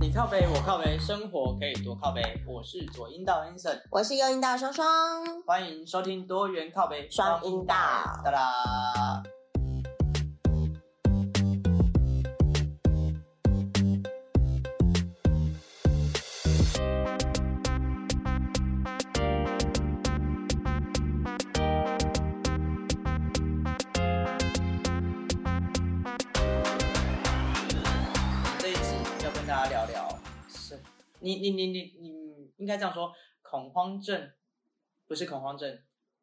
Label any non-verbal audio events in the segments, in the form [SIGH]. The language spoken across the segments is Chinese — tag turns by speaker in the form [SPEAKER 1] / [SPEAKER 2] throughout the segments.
[SPEAKER 1] 你靠背，我靠背，生活可以多靠背。我是左阴道 Anson，
[SPEAKER 2] 我是右音大双双，
[SPEAKER 1] 欢迎收听多元靠背
[SPEAKER 2] 双音道
[SPEAKER 1] 哒啦！这一集要跟大家聊聊，是你你你你你应该这样说，恐慌症不是恐慌症，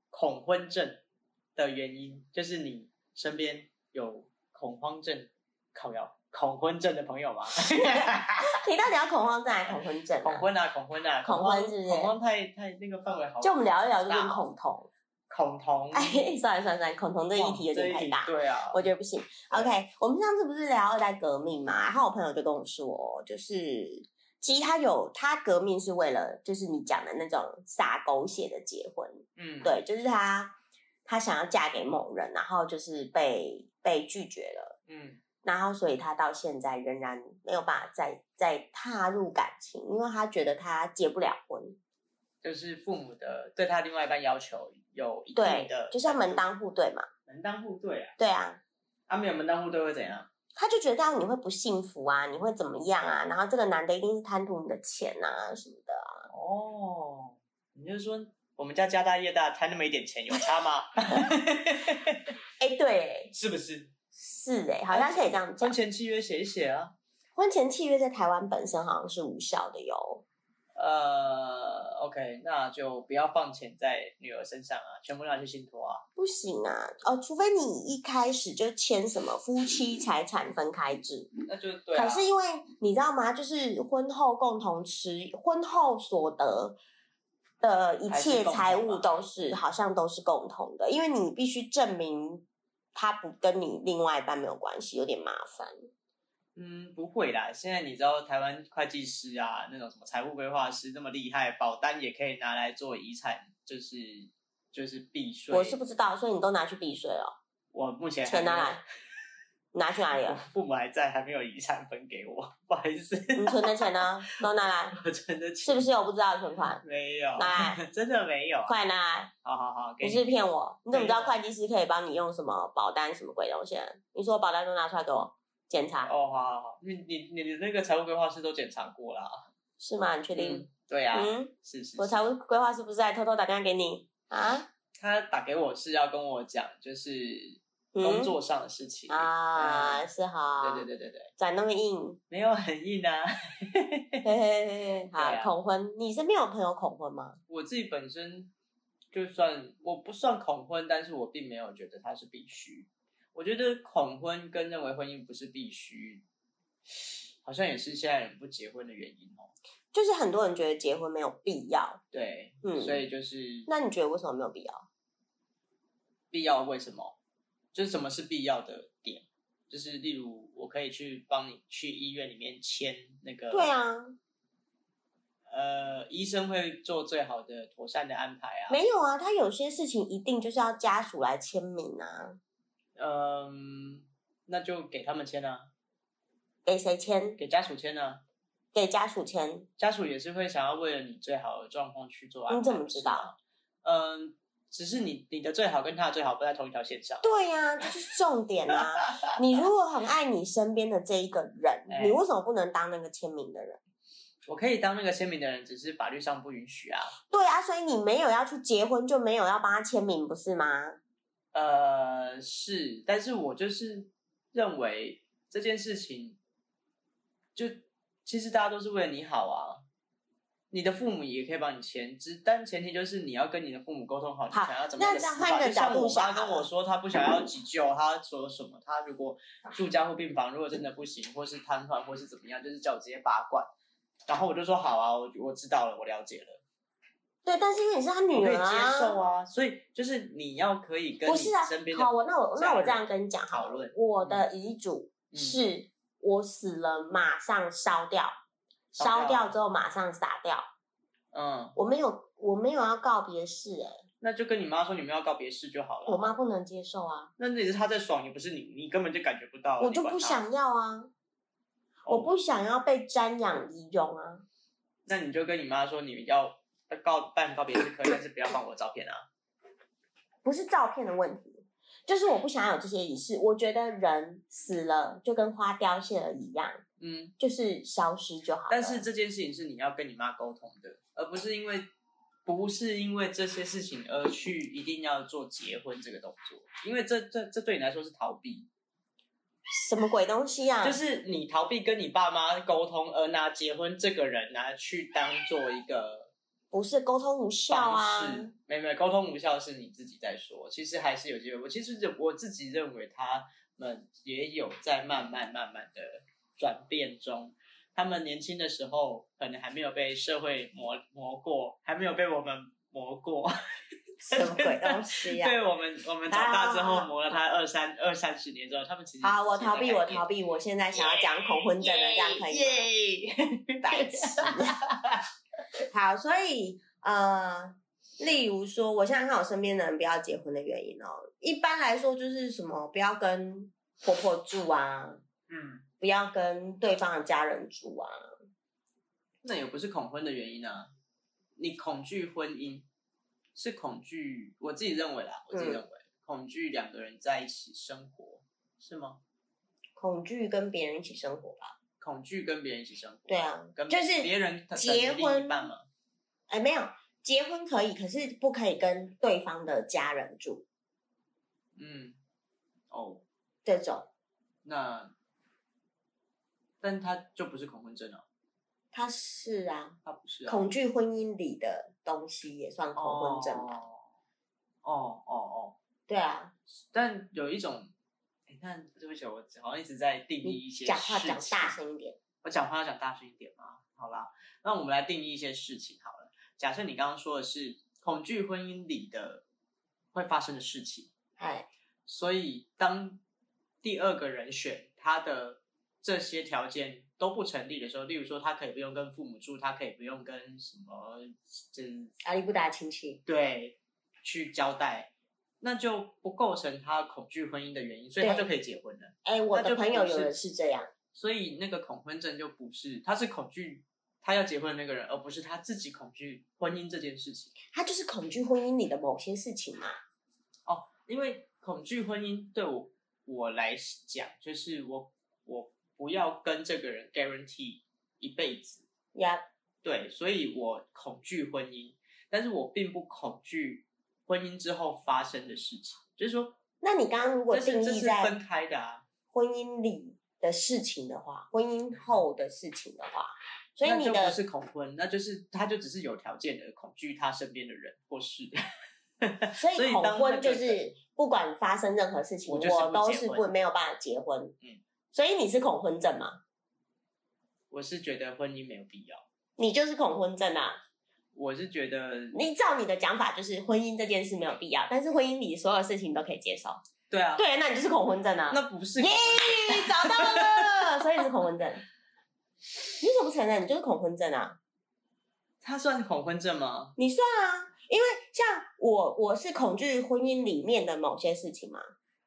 [SPEAKER 1] 恐婚症的原因就是你身边有恐慌症、靠药、恐婚症的朋友吗？
[SPEAKER 2] 你到底要恐慌症还是恐婚症、
[SPEAKER 1] [LAUGHS] 恐
[SPEAKER 2] 啊？
[SPEAKER 1] 婚啊，恐婚啊，
[SPEAKER 2] 恐
[SPEAKER 1] 慌
[SPEAKER 2] 婚是不是
[SPEAKER 1] 恐慌太太那个范围好，
[SPEAKER 2] 就我们聊一聊就变恐同，
[SPEAKER 1] 恐同。
[SPEAKER 2] [LAUGHS] 哎，算了算了算了，恐同这
[SPEAKER 1] 哇
[SPEAKER 2] 议题有点
[SPEAKER 1] 这一
[SPEAKER 2] 太
[SPEAKER 1] 题
[SPEAKER 2] 大，
[SPEAKER 1] 对啊，
[SPEAKER 2] 我觉得不行。OK，我们上次不是聊二代革命嘛，然后我朋友就跟我说，就是其实他有他革命是为了就是你讲的那种撒狗血的结婚，
[SPEAKER 1] 嗯，
[SPEAKER 2] 对，就是他他想要嫁给某人，然后就是被被拒绝了。
[SPEAKER 1] 嗯，
[SPEAKER 2] 然后所以他到现在仍然没有办法再再踏入感情，因为他觉得他结不了婚，
[SPEAKER 1] 就是父母的对他另外一半要求有一定
[SPEAKER 2] 对
[SPEAKER 1] 的，，
[SPEAKER 2] 就是要门当户对嘛，
[SPEAKER 1] 门当户对啊，
[SPEAKER 2] 对啊，
[SPEAKER 1] 他没有门当户对会怎样？
[SPEAKER 2] 他就觉得这样你会不幸福啊，你会怎么样啊？然后这个男的一定是贪图你的钱啊什么的啊、
[SPEAKER 1] 哦，你就是说我们家家大业大，贪那么一点钱有差吗？
[SPEAKER 2] 哎，对，
[SPEAKER 1] 是不是？
[SPEAKER 2] 是哎，好像可以这样
[SPEAKER 1] 婚
[SPEAKER 2] 讲。
[SPEAKER 1] 前契约写一写啊。
[SPEAKER 2] 婚前契约在台湾本身好像是无效的哟，
[SPEAKER 1] 呃，OK，那就不要放钱在女儿身上啊，全部拿去信托啊。
[SPEAKER 2] 不行啊，哦，除非你一开始就签什么夫妻财产分开制，
[SPEAKER 1] 那就对啊。
[SPEAKER 2] 可是因为你知道吗？就是婚后共同持婚后所得的一
[SPEAKER 1] 还是
[SPEAKER 2] 切
[SPEAKER 1] 共同
[SPEAKER 2] 财物
[SPEAKER 1] 吧
[SPEAKER 2] 都是好像都是共同的，因为你必须证明他不跟你另外一半没有关系，有点麻烦。
[SPEAKER 1] 嗯，不会啦。现在你知道台湾会计师啊，那种什么财务规划师那么厉害，保单也可以拿来做遗产，就是就是避税。
[SPEAKER 2] 我是不知道，所以你都拿去避税了，
[SPEAKER 1] 我目前还
[SPEAKER 2] 钱
[SPEAKER 1] 没有 [LAUGHS]
[SPEAKER 2] 拿来，拿去哪里
[SPEAKER 1] 我
[SPEAKER 2] 了？
[SPEAKER 1] 父母还在，还没有遗产分给我，不好意思，
[SPEAKER 2] 你存的钱呢？都拿来，
[SPEAKER 1] [LAUGHS] 我存的钱
[SPEAKER 2] 是不是有不知道的存款？
[SPEAKER 1] 没有，
[SPEAKER 2] 拿
[SPEAKER 1] [LAUGHS] 真的没有。
[SPEAKER 2] 快拿来！
[SPEAKER 1] 好好好，给
[SPEAKER 2] 你
[SPEAKER 1] 你
[SPEAKER 2] 是不是骗我？你怎么知道
[SPEAKER 1] 没
[SPEAKER 2] 会计师可以帮你用什么保单什么鬼东西？啊你说保单都拿出来给我检查，
[SPEAKER 1] 哦，好好好，你你你你那个财务规划师都检查过啦。
[SPEAKER 2] 是吗？你确定？
[SPEAKER 1] 嗯，对呀、
[SPEAKER 2] 嗯
[SPEAKER 1] 是是是
[SPEAKER 2] 我财务规划师不是在偷偷打电话给你啊？
[SPEAKER 1] 他打给我是要跟我讲，就是工作上的事情、
[SPEAKER 2] 嗯啊，
[SPEAKER 1] 嗯
[SPEAKER 2] 是哈，
[SPEAKER 1] 对对对对对，
[SPEAKER 2] 转那
[SPEAKER 1] [LAUGHS]
[SPEAKER 2] 么硬，
[SPEAKER 1] 没有很硬啊。 [LAUGHS]
[SPEAKER 2] 嘿嘿嘿嘿，好、
[SPEAKER 1] 对啊
[SPEAKER 2] 恐婚，你身边有朋友恐婚吗？
[SPEAKER 1] 我自己本身就算我不算恐婚，但是我并没有觉得它是必须。我觉得恐婚跟认为婚姻不是必须，好像也是现在人不结婚的原因哦。
[SPEAKER 2] 就是很多人觉得结婚没有必要，
[SPEAKER 1] 对，
[SPEAKER 2] 嗯
[SPEAKER 1] 所以就是
[SPEAKER 2] 那你觉得为什么没有必要？
[SPEAKER 1] 必要为什么？就是什么是必要的点？就是例如，我可以去帮你去医院里面签那个，
[SPEAKER 2] 对，啊，
[SPEAKER 1] 呃，医生会做最好的妥善的安排啊。
[SPEAKER 2] 没有啊，他有些事情一定就是要家属来签名啊，
[SPEAKER 1] 嗯、那就给他们签啊，
[SPEAKER 2] 给谁签？
[SPEAKER 1] 给家属签啊。
[SPEAKER 2] 给家属签，
[SPEAKER 1] 家属也是会想要为了你最好的状况去做安排。
[SPEAKER 2] 你怎么知道？
[SPEAKER 1] 嗯，只是你你的最好跟他的最好不在同一条线上。
[SPEAKER 2] 对呀、这就是重
[SPEAKER 1] [LAUGHS]
[SPEAKER 2] 点啊！你如果很爱你身边的这一个人，
[SPEAKER 1] 哎
[SPEAKER 2] 你为什么不能当那个签名的人？
[SPEAKER 1] 我可以当那个签名的人，只是法律上不允许啊。
[SPEAKER 2] 对啊，所以你没有要去结婚，就没有要帮他签名，不是吗？
[SPEAKER 1] 呃，是，但是我就是认为这件事情，就其实大家都是为了你好啊。你的父母也可以帮你签，只但前提就是你要跟你的父母沟通好，你
[SPEAKER 2] 好
[SPEAKER 1] 想要怎么样的
[SPEAKER 2] 那这样
[SPEAKER 1] 死法
[SPEAKER 2] 换个
[SPEAKER 1] 就像
[SPEAKER 2] 角度
[SPEAKER 1] 我妈
[SPEAKER 2] 想
[SPEAKER 1] 跟
[SPEAKER 2] 好
[SPEAKER 1] 我
[SPEAKER 2] 了
[SPEAKER 1] 说，她不想要急救，她说什么？她如果住加护病房，如果真的不行，或是瘫痪，或是怎么样，就是叫我直接拔罐。然后我就说好啊，我我知道了，我了解了，
[SPEAKER 2] 对，但是因为你是
[SPEAKER 1] 我
[SPEAKER 2] 他女
[SPEAKER 1] 可以
[SPEAKER 2] 儿啊，
[SPEAKER 1] 接受啊。所以就是你要可以跟
[SPEAKER 2] 不
[SPEAKER 1] 你
[SPEAKER 2] 是啊
[SPEAKER 1] 身边。的
[SPEAKER 2] 好，我那我
[SPEAKER 1] 家
[SPEAKER 2] 那我
[SPEAKER 1] 人
[SPEAKER 2] 这样跟你讲好
[SPEAKER 1] 讨
[SPEAKER 2] 了
[SPEAKER 1] 论，
[SPEAKER 2] 我的遗嘱
[SPEAKER 1] 嗯
[SPEAKER 2] 是、我死了马上烧掉，
[SPEAKER 1] 烧掉
[SPEAKER 2] 烧掉之后马上撒掉，
[SPEAKER 1] 嗯，
[SPEAKER 2] 我没有我没有要告别式、欸，
[SPEAKER 1] 那就跟你妈说你们要告别式就好了。
[SPEAKER 2] 我妈不能接受啊，
[SPEAKER 1] 那那也是她在爽，也不是你，你根本就感觉不到啊。哦
[SPEAKER 2] 我就
[SPEAKER 1] 你管
[SPEAKER 2] 不
[SPEAKER 1] 她。
[SPEAKER 2] 想要啊。我不想要被瞻仰遗容啊。
[SPEAKER 1] 那你就跟你妈说你要呃告办告别是可以，但是不要放我的照片啊。
[SPEAKER 2] 不是照片的问题，就是我不想要有这些仪式。我觉得人死了就跟花凋谢了一样，
[SPEAKER 1] 嗯，
[SPEAKER 2] 就是消失就好了。
[SPEAKER 1] 但是这件事情是你要跟你妈沟通的，而不是因为不是因为这些事情而去一定要做结婚这个动作，因为这这这对你来说是逃避，
[SPEAKER 2] 什么鬼东西
[SPEAKER 1] [LAUGHS]
[SPEAKER 2] 啊？
[SPEAKER 1] 就是你逃避跟你爸妈沟通，而拿结婚这个人拿去当做一个
[SPEAKER 2] 不是沟通无效
[SPEAKER 1] 方
[SPEAKER 2] 啊？
[SPEAKER 1] 式，没没沟通无效是你自己在说，其实还是有机会。我其实我自己认为他们也有在慢慢慢慢的转变中。他们年轻的时候可能还没有被社会磨磨过，还没有被我们磨
[SPEAKER 2] [LAUGHS]
[SPEAKER 1] 过。
[SPEAKER 2] 什么鬼东西啊？
[SPEAKER 1] [LAUGHS] 对我们我们长大之后磨了他二三二三十年之后，他们其实
[SPEAKER 2] 好，我逃避，我逃
[SPEAKER 1] 避，
[SPEAKER 2] 避，我现在想要讲恐婚症的，这样可以吗？
[SPEAKER 1] 以
[SPEAKER 2] [LAUGHS] 白痴。好，所以呃，例如说，我想想看我身边的人不要结婚的原因哦。一般来说就是什么，不要跟婆婆住啊，
[SPEAKER 1] [LAUGHS] 嗯，
[SPEAKER 2] 不要跟对方的家人住啊。
[SPEAKER 1] 那也不是恐婚的原因啊，你恐惧婚姻是恐惧，我自己认为啦，我
[SPEAKER 2] 嗯
[SPEAKER 1] 自己认为、恐惧两个人在一起生活是吗？
[SPEAKER 2] 恐惧跟别人一起生活吧。
[SPEAKER 1] 恐惧跟别人一起生活，
[SPEAKER 2] 对啊
[SPEAKER 1] 嗯跟
[SPEAKER 2] 就是
[SPEAKER 1] 别人等于
[SPEAKER 2] 结
[SPEAKER 1] 另一
[SPEAKER 2] 婚
[SPEAKER 1] 半嘛，
[SPEAKER 2] 哎，没有结婚可以，可是不可以跟对方的家人住
[SPEAKER 1] 嗯，哦，
[SPEAKER 2] 这种。
[SPEAKER 1] 那，但他就不是恐婚症啊，
[SPEAKER 2] 它是啊，
[SPEAKER 1] 他不是啊，
[SPEAKER 2] 恐惧婚姻里的东西也算恐婚症吧？
[SPEAKER 1] 哦哦哦哦，
[SPEAKER 2] 对啊，
[SPEAKER 1] 但有一种，诶但对不起，我好像一直在定义一些
[SPEAKER 2] 讲话
[SPEAKER 1] 事
[SPEAKER 2] 讲
[SPEAKER 1] 情
[SPEAKER 2] 大声一点。
[SPEAKER 1] 我讲话要讲大声一点吗？好啦，那我们来定义一些事情好了。假设你刚刚说的是恐惧婚姻里的会发生的事情，
[SPEAKER 2] 哎，
[SPEAKER 1] 所以当第二个人选他的这些条件都不成立的时候，例如说他可以不用跟父母住，他可以不用跟什么就是
[SPEAKER 2] 阿里不达亲戚。
[SPEAKER 1] 对去交代，那就不构成他恐惧婚姻的原因，所以他
[SPEAKER 2] 对
[SPEAKER 1] 就可以结婚了。
[SPEAKER 2] 哎、我
[SPEAKER 1] 那
[SPEAKER 2] 的
[SPEAKER 1] 就
[SPEAKER 2] 朋友
[SPEAKER 1] 不
[SPEAKER 2] 有
[SPEAKER 1] 是
[SPEAKER 2] 人是这样，
[SPEAKER 1] 所以那个恐婚症就不是，他是恐惧他要结婚的那个人，而不是他自己恐惧婚姻这件事情。
[SPEAKER 2] 他就是恐惧婚姻里的某些事情嘛。
[SPEAKER 1] 因为恐惧婚姻对我我来讲，就是我我不要跟这个人 guarantee 一辈子，
[SPEAKER 2] 呀、
[SPEAKER 1] 对，所以我恐惧婚姻，但是我并不恐惧婚姻之后发生的事情，就是说，
[SPEAKER 2] 那你刚刚如果
[SPEAKER 1] 这是
[SPEAKER 2] 定
[SPEAKER 1] 这
[SPEAKER 2] 义
[SPEAKER 1] 是
[SPEAKER 2] 在
[SPEAKER 1] 分开的啊，
[SPEAKER 2] 婚姻里的事情的话，婚姻后的事情的话，所以
[SPEAKER 1] 那
[SPEAKER 2] 你
[SPEAKER 1] 就
[SPEAKER 2] 的
[SPEAKER 1] 不是恐婚，那就是他就只是有条件的恐惧他身边的人或是。 [LAUGHS]
[SPEAKER 2] 所
[SPEAKER 1] 所
[SPEAKER 2] 以
[SPEAKER 1] 以
[SPEAKER 2] 恐
[SPEAKER 1] 当那
[SPEAKER 2] 婚
[SPEAKER 1] 个
[SPEAKER 2] 就是不管发生任何事情，
[SPEAKER 1] 我
[SPEAKER 2] 我
[SPEAKER 1] 就是不
[SPEAKER 2] 都
[SPEAKER 1] 结
[SPEAKER 2] 是不
[SPEAKER 1] 婚
[SPEAKER 2] 没有办法结婚。
[SPEAKER 1] 嗯，
[SPEAKER 2] 所以你是恐婚症嘛？
[SPEAKER 1] 我是觉得婚姻没有必要，
[SPEAKER 2] 你就是恐婚症啊！
[SPEAKER 1] 我是觉得
[SPEAKER 2] 你照你的讲法，就是婚姻这件事没有必要，但是婚姻里所有事情都可以接受。
[SPEAKER 1] 对啊，
[SPEAKER 2] 对，那你就是恐婚症啊！
[SPEAKER 1] 那不是
[SPEAKER 2] 耶，找到了， [LAUGHS] 所以你是恐婚症。你怎么不承认？你就是恐婚症啊！
[SPEAKER 1] 他算恐婚症吗？
[SPEAKER 2] 你算啊，因为像我，我是恐惧婚姻里面的某些事情嘛。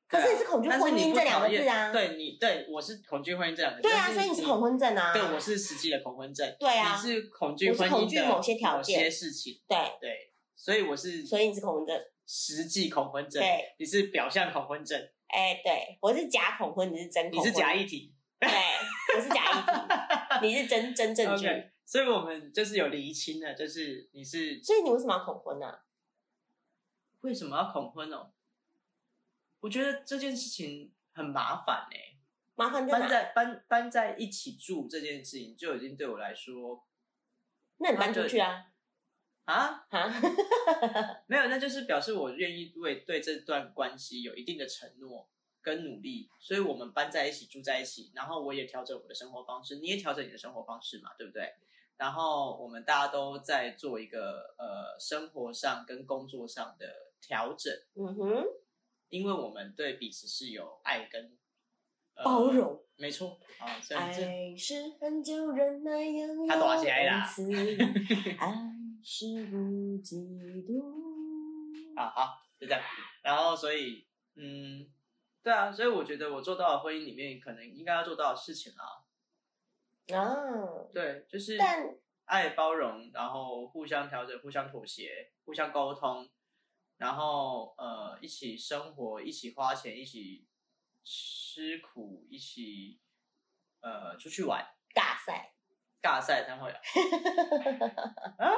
[SPEAKER 2] 可是你是恐惧
[SPEAKER 1] 对啊
[SPEAKER 2] 婚
[SPEAKER 1] 但是你
[SPEAKER 2] 姻
[SPEAKER 1] 不
[SPEAKER 2] 这两个
[SPEAKER 1] 讨厌
[SPEAKER 2] 字啊。
[SPEAKER 1] 对你对我是恐惧婚姻这两个字，
[SPEAKER 2] 对啊，
[SPEAKER 1] 但
[SPEAKER 2] 所以你是恐婚症啊。
[SPEAKER 1] 对，我是实际的恐婚症，
[SPEAKER 2] 对啊
[SPEAKER 1] 你是恐惧
[SPEAKER 2] 我是
[SPEAKER 1] 婚
[SPEAKER 2] 恐
[SPEAKER 1] 姻
[SPEAKER 2] 惧
[SPEAKER 1] 的
[SPEAKER 2] 某些条件
[SPEAKER 1] 某些事情，
[SPEAKER 2] 对，
[SPEAKER 1] 对，所以我是
[SPEAKER 2] 所以你是恐婚症。
[SPEAKER 1] 实际恐婚症，
[SPEAKER 2] 对，
[SPEAKER 1] 你是表象恐婚症，
[SPEAKER 2] 哎、对，我是假恐婚，你是真
[SPEAKER 1] 你
[SPEAKER 2] 恐婚。
[SPEAKER 1] 是假。议题
[SPEAKER 2] [LAUGHS] 对，我是假
[SPEAKER 1] [LAUGHS]
[SPEAKER 2] 议题，你是真真证据。
[SPEAKER 1] ，OK，所以我们就是有厘清了，就是你是
[SPEAKER 2] 所以你为什么要恐婚呢、啊？
[SPEAKER 1] 为什么要恐婚哦？我觉得这件事情很麻烦哎、
[SPEAKER 2] 麻烦在
[SPEAKER 1] 搬
[SPEAKER 2] 哪？
[SPEAKER 1] 在搬搬在一起住这件事情就已经对我来说
[SPEAKER 2] 那你搬出去啊！
[SPEAKER 1] 啊，
[SPEAKER 2] 啊，
[SPEAKER 1] 没有，那就是表示我愿意为对这段关系有一定的承诺跟努力，所以我们搬在一起住在一起，然后我也调整我的生活方式，你也调整你的生活方式嘛，对不对？然后我们大家都在做一个呃生活上跟工作上的调整，
[SPEAKER 2] [LAUGHS] 嗯哼，
[SPEAKER 1] 因为我们对彼此是有爱跟、呃
[SPEAKER 2] 包，容。哎
[SPEAKER 1] 没错啊，所以这
[SPEAKER 2] 爱是很久忍耐又
[SPEAKER 1] 他大声啦
[SPEAKER 2] 次，
[SPEAKER 1] [LAUGHS]
[SPEAKER 2] 爱是不嫉妒。
[SPEAKER 1] 啊，好，就这样。然后，所以，嗯，对啊，所以我觉得我做到了婚姻里面可能应该要做到的事情啊，
[SPEAKER 2] 啊，
[SPEAKER 1] 对，就是
[SPEAKER 2] 但
[SPEAKER 1] 爱包容，然后互相调整、互相妥协、互相沟通，然后呃一起生活、一起花钱、一起吃苦、一起呃出去玩。
[SPEAKER 2] 大赛
[SPEAKER 1] 尬赛才
[SPEAKER 2] [LAUGHS]
[SPEAKER 1] 会啊！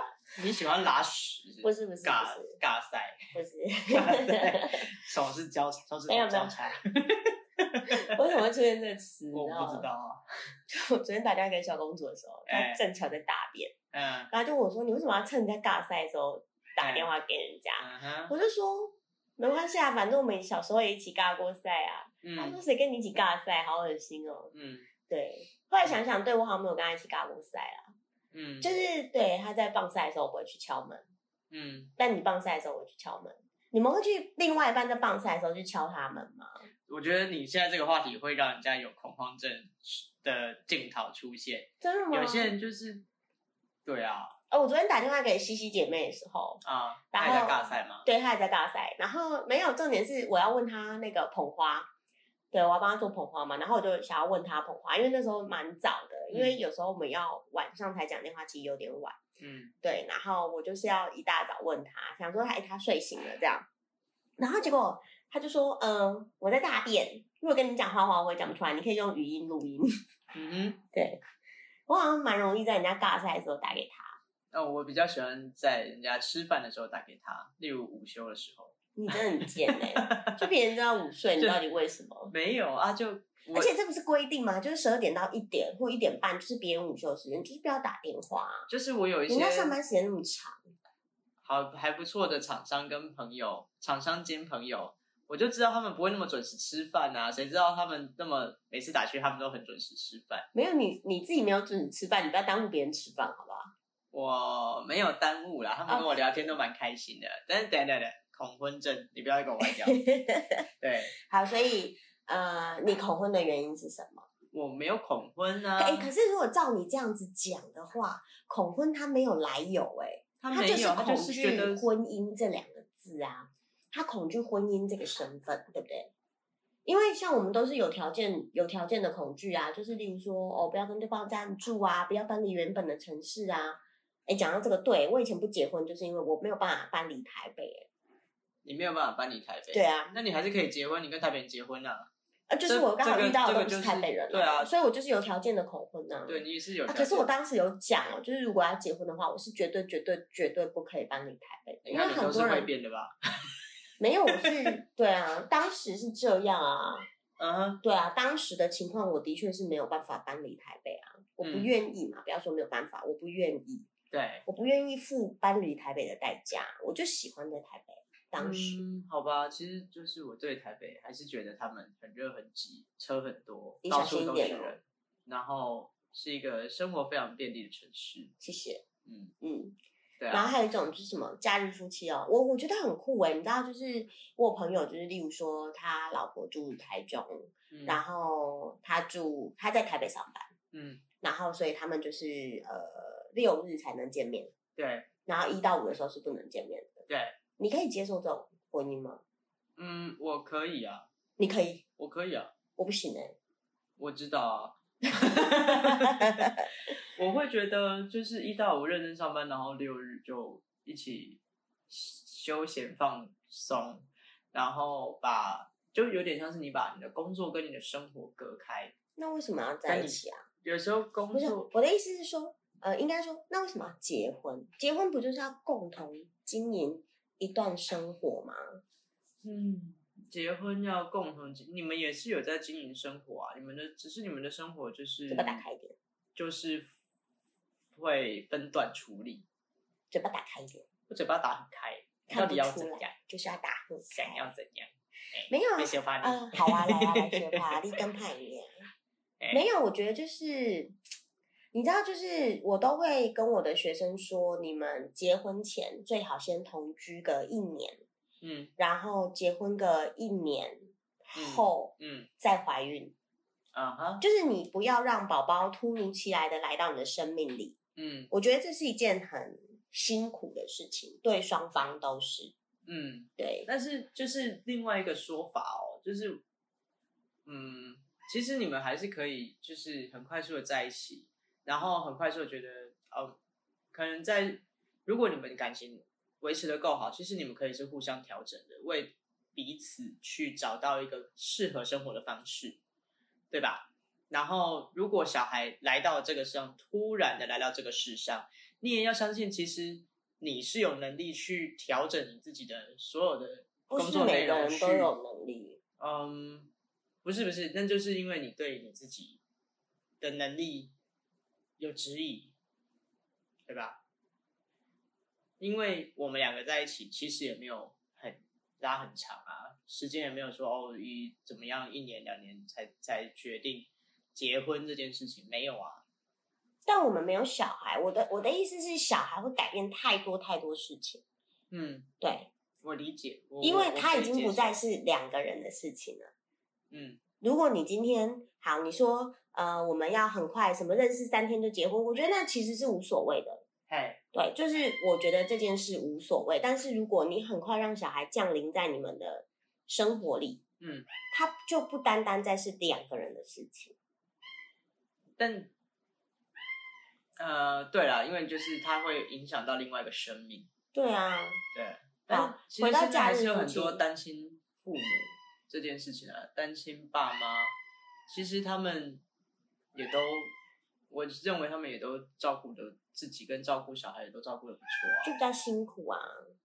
[SPEAKER 1] 你喜欢拉屎？
[SPEAKER 2] 不是不是
[SPEAKER 1] 尬
[SPEAKER 2] 不是
[SPEAKER 1] 尬
[SPEAKER 2] [LAUGHS]
[SPEAKER 1] 赛，
[SPEAKER 2] 不是？
[SPEAKER 1] 尬赛，手是交手指
[SPEAKER 2] 没有
[SPEAKER 1] 头
[SPEAKER 2] 没有
[SPEAKER 1] 交叉，
[SPEAKER 2] [LAUGHS] 为什么会出现这个词？你
[SPEAKER 1] 我不知
[SPEAKER 2] 道吗。
[SPEAKER 1] 道啊。
[SPEAKER 2] 就我昨天打电话给小公主的时候，她
[SPEAKER 1] 哎
[SPEAKER 2] 正巧在大便，
[SPEAKER 1] 嗯
[SPEAKER 2] 然后就问我说：“你为什么要趁人家尬赛的时候打
[SPEAKER 1] 哎
[SPEAKER 2] 电话给人家？”
[SPEAKER 1] 嗯哼，
[SPEAKER 2] 我就说没关系啊，反正我们小时候也一起尬过赛啊。他
[SPEAKER 1] 嗯
[SPEAKER 2] 说谁跟你一起尬赛，好恶心哦。
[SPEAKER 1] 嗯
[SPEAKER 2] 对，后来想想，对我好像没有跟他一起尬过赛啦。
[SPEAKER 1] 嗯，
[SPEAKER 2] 就是对他在棒赛的时候，我不会去敲门，
[SPEAKER 1] 嗯，
[SPEAKER 2] 但你棒赛的时候，我会去敲门。你们会去另外一半在棒赛的时候去敲他们吗？
[SPEAKER 1] 我觉得你现在这个话题会让人家有恐慌症的镜头出现。
[SPEAKER 2] 真的吗？
[SPEAKER 1] 有些人就是，对啊
[SPEAKER 2] 哦，我昨天打电话给西西姐妹的时候，
[SPEAKER 1] 啊，
[SPEAKER 2] 然
[SPEAKER 1] 他
[SPEAKER 2] 后
[SPEAKER 1] 也在尬赛吗？
[SPEAKER 2] 对她也在尬赛，然后没有重点是我要问她那个捧花，对我要帮她做捧花嘛，然后我就想要问她捧花，因为那时候蛮早的，因为有时候我们要晚上才讲电话，其实有点晚。
[SPEAKER 1] 嗯
[SPEAKER 2] 对，然后我就是要一大早问他，想说他哎他睡醒了这样，然后结果他就说嗯、呃我在大便，如果跟你讲话的话我也讲不出来，你可以用语音录音。 [LAUGHS]
[SPEAKER 1] 嗯哼，
[SPEAKER 2] 对我好像蛮容易在人家尬赛的时候打给他，
[SPEAKER 1] 那我比较喜欢在人家吃饭的时候打给他，例如午休的时候。
[SPEAKER 2] 你真的很贱哎、就别人都要午睡，你
[SPEAKER 1] 就
[SPEAKER 2] 到底为什么？
[SPEAKER 1] 没有啊，就我
[SPEAKER 2] 而且这不是规定吗？就是十二点到一点或一点半，就是别人午休的时间，就是不要打电话、啊。
[SPEAKER 1] 就是我有一
[SPEAKER 2] 人
[SPEAKER 1] 些
[SPEAKER 2] 家上班时间那么长，
[SPEAKER 1] 好还不错的厂商跟朋友，厂商兼朋友，我就知道他们不会那么准时吃饭啊，谁知道他们那么每次打去他们都很准时吃饭，
[SPEAKER 2] 没有你你自己没有准时吃饭，你不要耽误别人吃饭，好不好？
[SPEAKER 1] 我没有耽误啦，他
[SPEAKER 2] 哦
[SPEAKER 1] 们跟我聊天都蛮开心的。但是等一下等等，恐婚症，你不要再跟我外
[SPEAKER 2] [LAUGHS]
[SPEAKER 1] 交。对，
[SPEAKER 2] [LAUGHS] 好，所以呃，你恐婚的原因是什么？
[SPEAKER 1] 我没有恐婚啊，
[SPEAKER 2] 哎、可是如果照你这样子讲的话，恐婚它没有来由、哎，
[SPEAKER 1] 他
[SPEAKER 2] 它
[SPEAKER 1] 没
[SPEAKER 2] 就是
[SPEAKER 1] 有，他
[SPEAKER 2] 恐
[SPEAKER 1] 就是觉
[SPEAKER 2] 惧
[SPEAKER 1] 得
[SPEAKER 2] 婚姻这两个字啊，他恐惧婚姻这个身份，对不对？因为像我们都是有条件、有条件的恐惧啊，就是例如说，哦，不要跟对方暂住啊，不要搬离原本的城市啊。哎，讲到这个，对我以前不结婚，就是因为我没有办法搬离台北、哎
[SPEAKER 1] 你没有办法搬离台北。
[SPEAKER 2] 对啊，
[SPEAKER 1] 那你还是可以结婚，你跟台北人结婚啊。
[SPEAKER 2] 啊，就是
[SPEAKER 1] 这
[SPEAKER 2] 我刚好
[SPEAKER 1] 这个
[SPEAKER 2] 遇到
[SPEAKER 1] 这
[SPEAKER 2] 的都
[SPEAKER 1] 个
[SPEAKER 2] 不
[SPEAKER 1] 就是是
[SPEAKER 2] 台北人、
[SPEAKER 1] 对啊
[SPEAKER 2] 所以我就是有条件的恐婚啊。
[SPEAKER 1] 对你也是有
[SPEAKER 2] 啊，
[SPEAKER 1] 条件、
[SPEAKER 2] 可是我当时有讲哦，就是如果要结婚的话，我是绝对、绝对、绝对不可以搬离台北，
[SPEAKER 1] 你
[SPEAKER 2] 因为
[SPEAKER 1] 看你
[SPEAKER 2] 很
[SPEAKER 1] 都是
[SPEAKER 2] 多
[SPEAKER 1] 会
[SPEAKER 2] 人
[SPEAKER 1] 变的吧？
[SPEAKER 2] 没有，我是对啊，当时是这样啊，
[SPEAKER 1] 嗯哼，
[SPEAKER 2] 对啊，当时的情况我的确是没有办法搬离台北啊，我不
[SPEAKER 1] 嗯
[SPEAKER 2] 愿意嘛，不要说没有办法，我不愿意，
[SPEAKER 1] 对。
[SPEAKER 2] 我不愿意付搬离台北的代价，我就喜欢在台北，当时、
[SPEAKER 1] 嗯，好吧，其实就是我对台北还是觉得他们很热很挤，车很多，
[SPEAKER 2] 你小
[SPEAKER 1] 到处
[SPEAKER 2] 心一
[SPEAKER 1] 都
[SPEAKER 2] 点
[SPEAKER 1] 是
[SPEAKER 2] 哦
[SPEAKER 1] 人，然后是一个生活非常便利的城市。
[SPEAKER 2] 谢谢，
[SPEAKER 1] 嗯，
[SPEAKER 2] 嗯。
[SPEAKER 1] 对
[SPEAKER 2] 然
[SPEAKER 1] 啊
[SPEAKER 2] 后，还有一种就是什么假日夫妻哦，我我觉得很酷哎、你知道，就是我有朋友就是，例如说他老婆住台中，
[SPEAKER 1] 嗯
[SPEAKER 2] 然后他住他在台北上班，
[SPEAKER 1] 嗯，
[SPEAKER 2] 然后所以他们就是呃六日才能见面，
[SPEAKER 1] 对
[SPEAKER 2] 然后一到五的时候是不能见面的。
[SPEAKER 1] 对，
[SPEAKER 2] 你可以接受这种婚姻吗？
[SPEAKER 1] 嗯，我可以啊，
[SPEAKER 2] 你可以，
[SPEAKER 1] 我可以啊，
[SPEAKER 2] 我不行哎、
[SPEAKER 1] 我知道
[SPEAKER 2] [LAUGHS]
[SPEAKER 1] 啊。我会觉得就是一到五认真上班，然后六日就一起休闲放松，然后把就有点像是你把你的工作跟你的生活隔开。
[SPEAKER 2] 那为什么要在一起啊？
[SPEAKER 1] 有时候工
[SPEAKER 2] 不是
[SPEAKER 1] 作
[SPEAKER 2] 我的意思是说，呃，应该说，那为什么要结婚？结婚不就是要共同经营一段生活吗？
[SPEAKER 1] 嗯，结婚要共同经，你们也是有在经营生活啊，你们的只是你们的生活就是
[SPEAKER 2] 嘴巴打开一点。
[SPEAKER 1] 就是会分段处理，
[SPEAKER 2] 嘴巴打开一点，
[SPEAKER 1] 我嘴巴打很开，到
[SPEAKER 2] 看
[SPEAKER 1] 底
[SPEAKER 2] 不
[SPEAKER 1] 要怎
[SPEAKER 2] 出
[SPEAKER 1] 样
[SPEAKER 2] 来，，就是要打很
[SPEAKER 1] 想要怎样，
[SPEAKER 2] 没有啊
[SPEAKER 1] 被，羞怕你，
[SPEAKER 2] 嗯，好啊，来啊，来学
[SPEAKER 1] [LAUGHS]
[SPEAKER 2] 吧，立根派你啊
[SPEAKER 1] 哎。
[SPEAKER 2] 没有，我觉得就是，你知道，就是我都会跟我的学生说，你们结婚前最好先同居个一年，
[SPEAKER 1] 嗯
[SPEAKER 2] 然后结婚个一年后
[SPEAKER 1] 嗯
[SPEAKER 2] 再怀孕，
[SPEAKER 1] 啊哈，
[SPEAKER 2] 就是你不要让宝宝突如其来的来到你的生命里。
[SPEAKER 1] 嗯
[SPEAKER 2] 我觉得这是一件很辛苦的事情，对双方都是。
[SPEAKER 1] 嗯。
[SPEAKER 2] 对，
[SPEAKER 1] 但是就是另外一个说法哦，就是，嗯，其实你们还是可以，就是很快速的在一起，然后很快速地觉得，哦，可能在如果你们感情维持的够好，其实你们可以是互相调整的，为彼此去找到一个适合生活的方式，对吧？然后，如果小孩来到这个世上，突然的来到这个世上，你也要相信，其实你是有能力去调整你自己的所有的
[SPEAKER 2] 不
[SPEAKER 1] 工
[SPEAKER 2] 是
[SPEAKER 1] 作内
[SPEAKER 2] 每个
[SPEAKER 1] 容
[SPEAKER 2] 人
[SPEAKER 1] 去。
[SPEAKER 2] 都有能力。
[SPEAKER 1] 嗯，不是不是，那就是因为你对你自己的能力有质疑，对吧？因为我们两个在一起，其实也没有很拉很长啊，时间也没有说哦一怎么样一年两年才才决定结婚这件事情，没有啊。
[SPEAKER 2] 但我们没有小孩，我的我的意思是，小孩会改变太多太多事情。
[SPEAKER 1] 嗯，
[SPEAKER 2] 对，
[SPEAKER 1] 我理解，我
[SPEAKER 2] 因为
[SPEAKER 1] 我
[SPEAKER 2] 他
[SPEAKER 1] 可
[SPEAKER 2] 已
[SPEAKER 1] 以
[SPEAKER 2] 经
[SPEAKER 1] 接
[SPEAKER 2] 不
[SPEAKER 1] 受
[SPEAKER 2] 再是两个人的事情了。
[SPEAKER 1] 嗯
[SPEAKER 2] 如果你今天好，你说呃，我们要很快什么认识三天就结婚，我觉得那其实是无所谓的。
[SPEAKER 1] 嗨
[SPEAKER 2] 对，就是我觉得这件事无所谓，但是如果你很快让小孩降临在你们的生活里，
[SPEAKER 1] 嗯，
[SPEAKER 2] 他就不单单再是两个人的事情。
[SPEAKER 1] 但呃对啦，因为就是它会影响到另外一个生命。
[SPEAKER 2] 对啊，
[SPEAKER 1] 对，
[SPEAKER 2] 啊
[SPEAKER 1] 但其实
[SPEAKER 2] 回到
[SPEAKER 1] 现在
[SPEAKER 2] 假
[SPEAKER 1] 还
[SPEAKER 2] 日
[SPEAKER 1] 是有
[SPEAKER 2] 附
[SPEAKER 1] 很多
[SPEAKER 2] 近
[SPEAKER 1] 担心父母这件事情啊，担心爸妈，其实他们也都，我认为他们也都照顾的自己跟照顾小孩也都照顾的不错
[SPEAKER 2] 就
[SPEAKER 1] 啊。
[SPEAKER 2] 比较辛苦啊，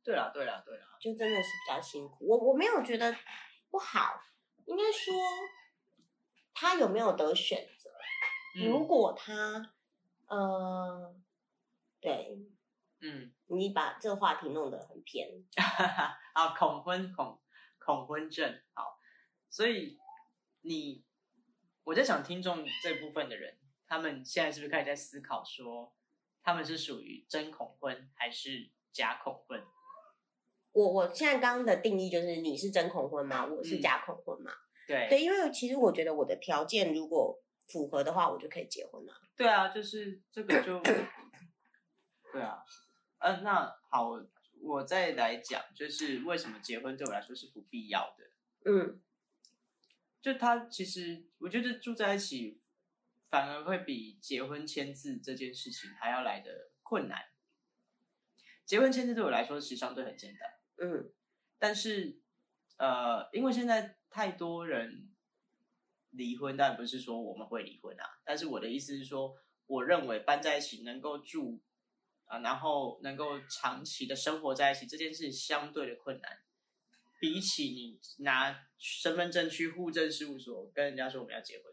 [SPEAKER 1] 对啦，对啦，对啦，
[SPEAKER 2] 就真的是比较辛苦。我我没有觉得不好，应该说他有没有得选择。如
[SPEAKER 1] 嗯
[SPEAKER 2] 果他，呃，对
[SPEAKER 1] 嗯， [LAUGHS]
[SPEAKER 2] 你把这个话题弄得很偏，
[SPEAKER 1] 啊，恐婚恐恐婚症，好，所以你我在想听众这部分的人，他们现在是不是开始在思考说，他们是属于真恐婚还是假恐婚？
[SPEAKER 2] 我我现在刚刚的定义就是你是真恐婚吗？我是
[SPEAKER 1] 嗯
[SPEAKER 2] 假恐婚吗？
[SPEAKER 1] 对
[SPEAKER 2] 对，因为其实我觉得我的条件如果符合的话，我就可以结婚了。
[SPEAKER 1] 对啊，就是这个就，对啊，嗯、那好，我我再来讲，就是为什么结婚对我来说是不必要的。
[SPEAKER 2] 嗯，
[SPEAKER 1] 就他其实，我觉得住在一起，反而会比结婚签字这件事情还要来的困难。结婚签字对我来说，其实相对很简单。
[SPEAKER 2] 嗯，
[SPEAKER 1] 但是呃，因为现在太多人离婚，但不是说我们会离婚啊。但是我的意思是说，我认为搬在一起能够住啊、然后能够长期的生活在一起，这件事相对的困难。比起你拿身份证去户政事务所跟人家说我们要结婚，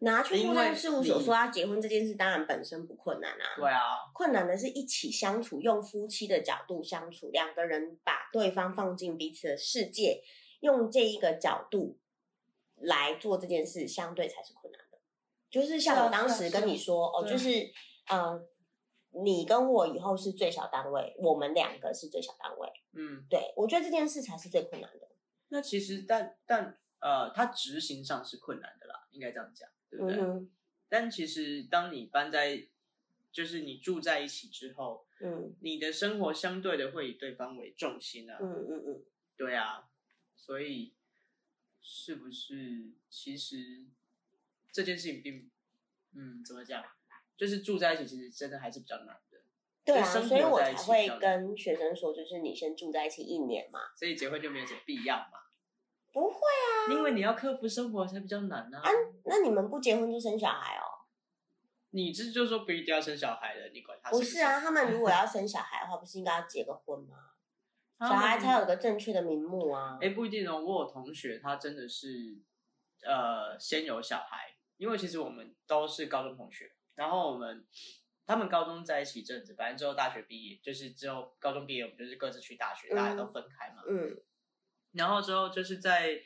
[SPEAKER 2] 拿去户
[SPEAKER 1] 因
[SPEAKER 2] 政
[SPEAKER 1] 为
[SPEAKER 2] 事务所
[SPEAKER 1] 你
[SPEAKER 2] 说要结婚这件事，当然本身不困难啊。
[SPEAKER 1] 对啊，
[SPEAKER 2] 困难的是一起相处，用夫妻的角度相处，两个人把对方放进彼此的世界，用这一个角度来做这件事，相对才是困难的。就是像我当时跟你说，哦，
[SPEAKER 1] 啊是啊
[SPEAKER 2] 就是呃，你跟我以后是最小单位，我们两个是最小单位，
[SPEAKER 1] 嗯，
[SPEAKER 2] 对我觉得这件事才是最困难
[SPEAKER 1] 啊
[SPEAKER 2] 的。
[SPEAKER 1] 那其实但但呃，它执行上是困难的啦，应该这样讲，对不对？
[SPEAKER 2] 嗯哼，
[SPEAKER 1] 但其实当你搬在，就是你住在一起之后，
[SPEAKER 2] 嗯
[SPEAKER 1] 你的生活相对的会以对方为重心啊。
[SPEAKER 2] 嗯嗯嗯，
[SPEAKER 1] 对啊，所以是不是其实这件事情并，嗯，怎么讲，就是住在一起其实真的还是比较难的。
[SPEAKER 2] 对啊，
[SPEAKER 1] 所以生活
[SPEAKER 2] 所以我
[SPEAKER 1] 在
[SPEAKER 2] 才
[SPEAKER 1] 一起
[SPEAKER 2] 会
[SPEAKER 1] 比较难
[SPEAKER 2] 跟学生说，就是你先住在一起一年嘛，
[SPEAKER 1] 所以结婚就没有什么必要嘛，
[SPEAKER 2] 不会啊，
[SPEAKER 1] 因为你要克服生活才比较难啊。
[SPEAKER 2] 那你们不结婚就生小孩哦。
[SPEAKER 1] 你这就说不一定要生小孩了，你管他
[SPEAKER 2] 不
[SPEAKER 1] 是
[SPEAKER 2] 是啊，他们如果要生小孩的话，不是应该要结个婚吗？啊小孩才有个正确的名目啊。
[SPEAKER 1] 哦嗯哎、不一定哦。我有同学，他真的是呃先有小孩，因为其实我们都是高中同学，然后我们他们高中在一起一阵子，反正之后大学毕业，就是之后高中毕业，我们就是各自去大学，大家都分开嘛。
[SPEAKER 2] 嗯
[SPEAKER 1] 然后之后就是在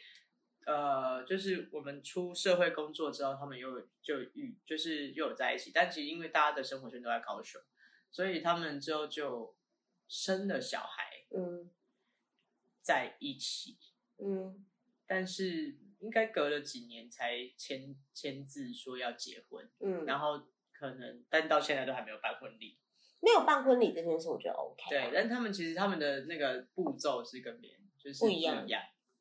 [SPEAKER 1] 呃，就是我们出社会工作之后，他们又有就遇就是又有在一起，但其实因为大家的生活圈都在高雄，所以他们之后就生了小孩
[SPEAKER 2] 嗯
[SPEAKER 1] 在一起。
[SPEAKER 2] 嗯，
[SPEAKER 1] 但是应该隔了几年才签签字说要结婚，
[SPEAKER 2] 嗯，
[SPEAKER 1] 然后可能但到现在都还没有办婚礼。
[SPEAKER 2] 没有办婚礼这件事，我觉得 OK 啊。
[SPEAKER 1] 对，但他们其实他们的那个步骤是跟别人就是
[SPEAKER 2] 不
[SPEAKER 1] 不
[SPEAKER 2] 一样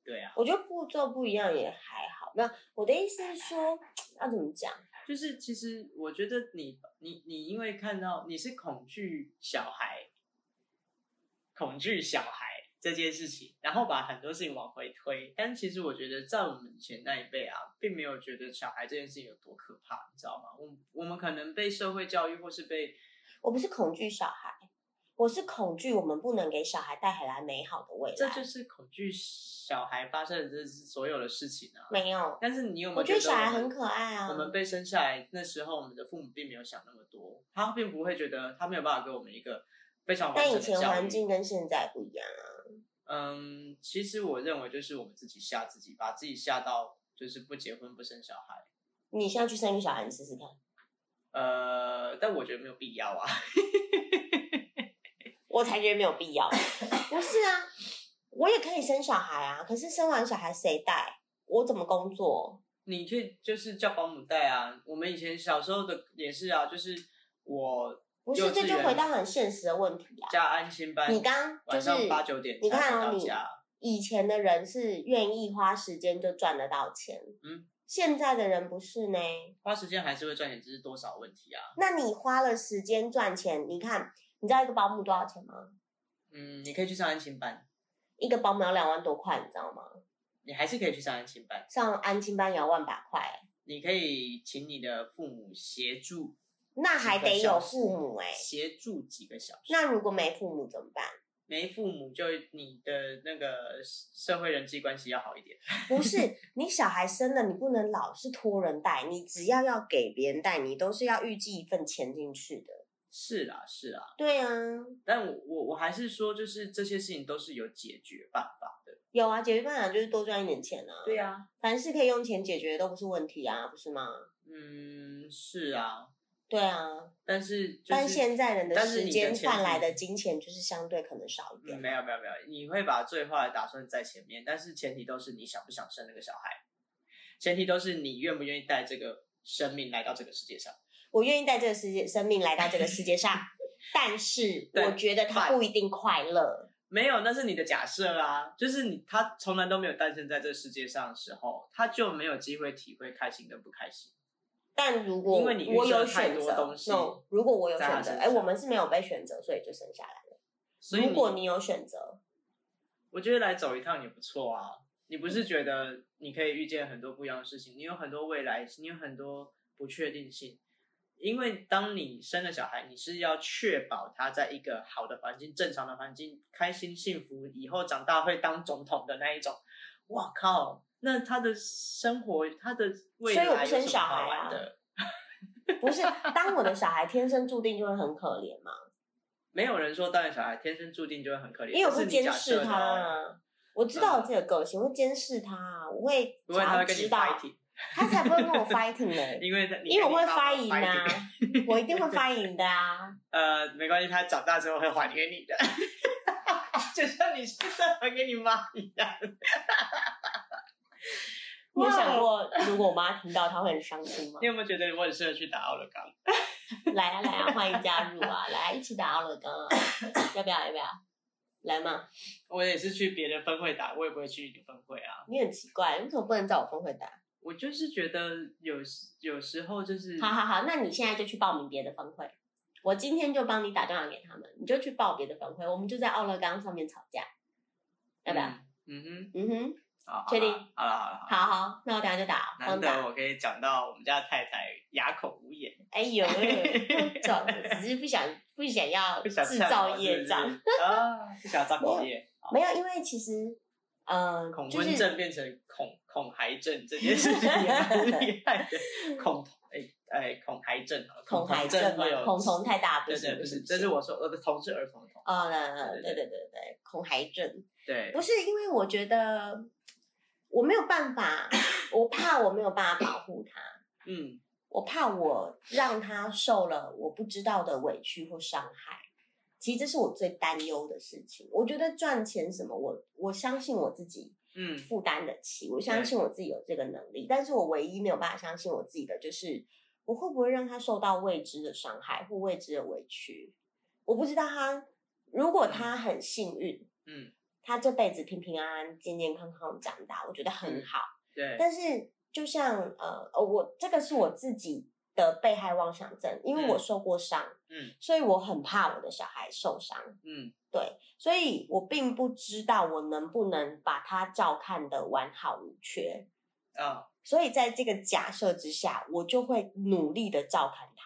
[SPEAKER 1] 对啊，
[SPEAKER 2] 我觉得步骤不一样也还好。那我的意思是说，要怎么讲？
[SPEAKER 1] 就是其实我觉得你你你因为看到你是恐惧小孩，恐惧小孩这件事情，然后把很多事情往回推，但其实我觉得在我们以前那一辈啊，并没有觉得小孩这件事情有多可怕，你知道吗？我我们可能被社会教育或是被
[SPEAKER 2] 我不是恐惧小孩，我是恐惧我们不能给小孩带回来美好的未来。
[SPEAKER 1] 这就是恐惧小孩发生的这所有的事情啊。
[SPEAKER 2] 没有，
[SPEAKER 1] 但是你有没有
[SPEAKER 2] 我觉得小孩
[SPEAKER 1] 我们
[SPEAKER 2] 很可爱啊
[SPEAKER 1] 我。们被生下来那时候，我们的父母并没有想那么多，他并不会觉得他没有办法给我们一个非常完
[SPEAKER 2] 但
[SPEAKER 1] 整
[SPEAKER 2] 以
[SPEAKER 1] 的
[SPEAKER 2] 前
[SPEAKER 1] 教
[SPEAKER 2] 环
[SPEAKER 1] 育。
[SPEAKER 2] 境跟现在不一样啊。
[SPEAKER 1] 嗯，其实我认为就是我们自己吓自己，把自己吓到就是不结婚不生小孩。
[SPEAKER 2] 你现在去生个小孩，你试试看。
[SPEAKER 1] 呃，但我觉得没有必要啊。 [LAUGHS]
[SPEAKER 2] 我才觉得没有必要。不是啊，我也可以生小孩啊，可是生完小孩谁带？我怎么工作？
[SPEAKER 1] 你去就是叫保姆带啊。我们以前小时候的也是啊，就是我
[SPEAKER 2] 不是，
[SPEAKER 1] 幼稚园
[SPEAKER 2] 这就回到很现实的问题啊。
[SPEAKER 1] 加安心班，
[SPEAKER 2] 你刚就
[SPEAKER 1] 晚
[SPEAKER 2] 是
[SPEAKER 1] 上八九点
[SPEAKER 2] 你
[SPEAKER 1] 才
[SPEAKER 2] 看
[SPEAKER 1] 能
[SPEAKER 2] 哦，
[SPEAKER 1] 到
[SPEAKER 2] 你
[SPEAKER 1] 家，
[SPEAKER 2] 以前的人是愿意花时间就赚得到钱，
[SPEAKER 1] 嗯，
[SPEAKER 2] 现在的人不是呢。
[SPEAKER 1] 花时间还是会赚钱，只是多少问题啊。
[SPEAKER 2] 那你花了时间赚钱，你看，你知道一个保姆多少钱吗？
[SPEAKER 1] 嗯，你可以去上安心班。
[SPEAKER 2] 一个保姆要两万多块，你知道吗？
[SPEAKER 1] 你还是可以去上安亲班，
[SPEAKER 2] 上安亲班也要万把块、
[SPEAKER 1] 你可以请你的父母协助
[SPEAKER 2] 那还得有父母哎、
[SPEAKER 1] 协助几个小时。
[SPEAKER 2] 那如果没父母怎么办？
[SPEAKER 1] 没父母就你的那个社会人际关系要好一点。
[SPEAKER 2] 不是你小孩生了，你不能老是托人带，你只要要给别人带，你都是要预计一份钱进去的。
[SPEAKER 1] 是啦，是啦，
[SPEAKER 2] 对啊，
[SPEAKER 1] 但我我我还是说，就是这些事情都是有解决办法的。
[SPEAKER 2] 有啊，解决办法就是多赚一点钱啊。
[SPEAKER 1] 对呀、
[SPEAKER 2] 凡是可以用钱解决的都不是问题啊，不是吗？
[SPEAKER 1] 嗯，是啊，
[SPEAKER 2] 对啊，
[SPEAKER 1] 但是就
[SPEAKER 2] 但
[SPEAKER 1] 是
[SPEAKER 2] 现在人的
[SPEAKER 1] 但是
[SPEAKER 2] 时
[SPEAKER 1] 你的
[SPEAKER 2] 间
[SPEAKER 1] 前提
[SPEAKER 2] 换来的金钱就是相对可能少
[SPEAKER 1] 嗯
[SPEAKER 2] 一点。
[SPEAKER 1] 没有没有没有，你会把最坏的打算在前面，但是前提都是你想不想生那个小孩，前提都是你愿不愿意带这个生命来到这个世界上。
[SPEAKER 2] 我愿意带这个世界生命来到这个世界上，但是
[SPEAKER 1] [LAUGHS] 对
[SPEAKER 2] 我觉得他不一定快乐。
[SPEAKER 1] 没有，那是你的假设啦。就是你他从来都没有诞生在这世界上的时候，他就没有机会体会开心跟不开心。
[SPEAKER 2] 但如果
[SPEAKER 1] 因为你预
[SPEAKER 2] 我
[SPEAKER 1] 设
[SPEAKER 2] 有
[SPEAKER 1] 太
[SPEAKER 2] 选
[SPEAKER 1] 多
[SPEAKER 2] 择
[SPEAKER 1] 东西
[SPEAKER 2] ，no，如果我有
[SPEAKER 1] 在他
[SPEAKER 2] 选择，
[SPEAKER 1] 身
[SPEAKER 2] 哎，我
[SPEAKER 1] 上
[SPEAKER 2] 们是没有被选择，所以就生下来了。
[SPEAKER 1] 所以
[SPEAKER 2] 如果你有选
[SPEAKER 1] [LAUGHS]
[SPEAKER 2] 择，
[SPEAKER 1] 我觉得来走一趟也不错啊。你不是觉得你可以遇见很多不一样的事情，你有很多未来，你有很多不确定性。因为当你生了小孩，你是要确保他在一个好的环境、正常的环境、开心幸福，以后长大会当总统的那一种。哇靠！那他的生活，他的未
[SPEAKER 2] 所以我不
[SPEAKER 1] 来有
[SPEAKER 2] 生
[SPEAKER 1] 什么
[SPEAKER 2] 小
[SPEAKER 1] 好
[SPEAKER 2] 孩
[SPEAKER 1] 玩
[SPEAKER 2] 啊
[SPEAKER 1] 的？
[SPEAKER 2] 不是当我的小孩天生注定就会很可怜嘛？
[SPEAKER 1] 没有人说当然小孩天生注定就会很可怜，
[SPEAKER 2] 因为我
[SPEAKER 1] 这
[SPEAKER 2] 会
[SPEAKER 1] 是你
[SPEAKER 2] 监
[SPEAKER 1] 假
[SPEAKER 2] 视
[SPEAKER 1] 设的
[SPEAKER 2] 他
[SPEAKER 1] 哦，
[SPEAKER 2] 啊，我知道我自己的个性，我会监视他啊，我会
[SPEAKER 1] 不会
[SPEAKER 2] 想
[SPEAKER 1] 他
[SPEAKER 2] 要
[SPEAKER 1] 会跟你
[SPEAKER 2] 知道，
[SPEAKER 1] fighting，
[SPEAKER 2] 他才不会跟
[SPEAKER 1] [LAUGHS]
[SPEAKER 2] 我 fighting 呢，
[SPEAKER 1] 因为他你
[SPEAKER 2] 因为
[SPEAKER 1] 跟
[SPEAKER 2] 我
[SPEAKER 1] 你
[SPEAKER 2] 会
[SPEAKER 1] 爸爸
[SPEAKER 2] fighting 啊
[SPEAKER 1] fighting
[SPEAKER 2] 我一
[SPEAKER 1] [LAUGHS]
[SPEAKER 2] 定会 fighting 的啊。
[SPEAKER 1] 呃，没关系，他长大之后会还给你的， [LAUGHS] 就像你现在还给你妈一样。
[SPEAKER 2] 你有想
[SPEAKER 1] 哇哦？
[SPEAKER 2] 过如果我妈听到，她会很伤心吗
[SPEAKER 1] 你？有没有觉得我很适合去打奥勒冈？
[SPEAKER 2] 来啊来啊，欢迎加入啊，来啊一起打奥勒冈啊，要不要要不要？来嘛，
[SPEAKER 1] 我也是去别的分会打，我也不会去你的分会啊。
[SPEAKER 2] 你很奇怪，为什么不能找我峰会打？
[SPEAKER 1] 我就是觉得有时有时候就是
[SPEAKER 2] 好好好，那你现在就去报名别的分会，我今天就帮你打电话给他们，你就去报别的分会，我们就在奥勒冈上面吵架，要不要？
[SPEAKER 1] 嗯嗯哼，
[SPEAKER 2] 嗯哼，
[SPEAKER 1] 好，好
[SPEAKER 2] 确定
[SPEAKER 1] 啦好了好了好了，
[SPEAKER 2] 好好，那我等下就打，
[SPEAKER 1] 难
[SPEAKER 2] 帮打。
[SPEAKER 1] 得我可以讲到我们家太太哑口无言。
[SPEAKER 2] 哎呦，走，只是不想不想
[SPEAKER 1] [LAUGHS]
[SPEAKER 2] 要
[SPEAKER 1] 不想
[SPEAKER 2] 制造业障，
[SPEAKER 1] 啊，不想造口业，
[SPEAKER 2] 没有，因为其实，嗯、
[SPEAKER 1] 恐
[SPEAKER 2] 就
[SPEAKER 1] 婚
[SPEAKER 2] 是
[SPEAKER 1] 症变成恐恐孩症这件事情也蛮厉害的，恐哎哎恐孩症啊，
[SPEAKER 2] 恐
[SPEAKER 1] 同
[SPEAKER 2] 孩
[SPEAKER 1] 症
[SPEAKER 2] 症嘛
[SPEAKER 1] 会有，
[SPEAKER 2] 恐同太大不
[SPEAKER 1] 对
[SPEAKER 2] 行，
[SPEAKER 1] 对
[SPEAKER 2] 不
[SPEAKER 1] 不
[SPEAKER 2] 行
[SPEAKER 1] 是，
[SPEAKER 2] 不
[SPEAKER 1] 这是
[SPEAKER 2] 行
[SPEAKER 1] 我说我的同是儿童的同，
[SPEAKER 2] 哦，那那
[SPEAKER 1] 对对
[SPEAKER 2] 对对对对，恐孩症。
[SPEAKER 1] 对
[SPEAKER 2] 不，是因为我觉得我没有办法，我怕我没有办法保护他，
[SPEAKER 1] 嗯，
[SPEAKER 2] 我怕我让他受了我不知道的委屈或伤害。其实这是我最担忧的事情。我觉得赚钱什么，我我相信我自己
[SPEAKER 1] 嗯
[SPEAKER 2] 负担得起，我相信我自己有这个能力。但是我唯一没有办法相信我自己的，就是我会不会让他受到未知的伤害或未知的委屈。我不知道他，如果他很幸运，
[SPEAKER 1] 嗯，
[SPEAKER 2] 他这辈子平平安安、健健康康地长大，我觉得很好。
[SPEAKER 1] 对，
[SPEAKER 2] 哦但是就像呃，呃我这个是我自己得被害妄想症，因为
[SPEAKER 1] 嗯
[SPEAKER 2] 我受过伤，
[SPEAKER 1] 嗯
[SPEAKER 2] 所以我很怕我的小孩受伤，
[SPEAKER 1] 嗯
[SPEAKER 2] 对，所以我并不知道我能不能把他照看的完好无缺，
[SPEAKER 1] 啊，
[SPEAKER 2] 所以在这个假设之下，我就会努力的照看他。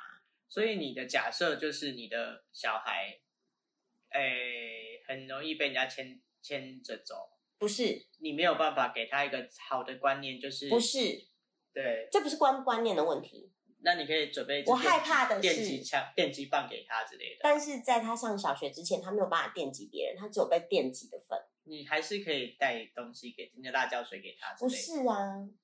[SPEAKER 1] 所以你的假设就是你的小孩，诶、很容易被人家牵牵着走，
[SPEAKER 2] 不是，
[SPEAKER 1] 你没有办法给他一个好的观念，就是
[SPEAKER 2] 不是，
[SPEAKER 1] 对，
[SPEAKER 2] 这不是观观念的问题，
[SPEAKER 1] 那你可以准备一支
[SPEAKER 2] 我
[SPEAKER 1] 电
[SPEAKER 2] 害
[SPEAKER 1] 击
[SPEAKER 2] 怕的
[SPEAKER 1] 电
[SPEAKER 2] 是
[SPEAKER 1] 击枪、电击棒给他之类的，
[SPEAKER 2] 但是在他上小学之前，他没有办法电击别人，他只有被电击的份。
[SPEAKER 1] 你还是可以带东西给人家辣椒水给他之
[SPEAKER 2] 不
[SPEAKER 1] 类的。
[SPEAKER 2] 是啊，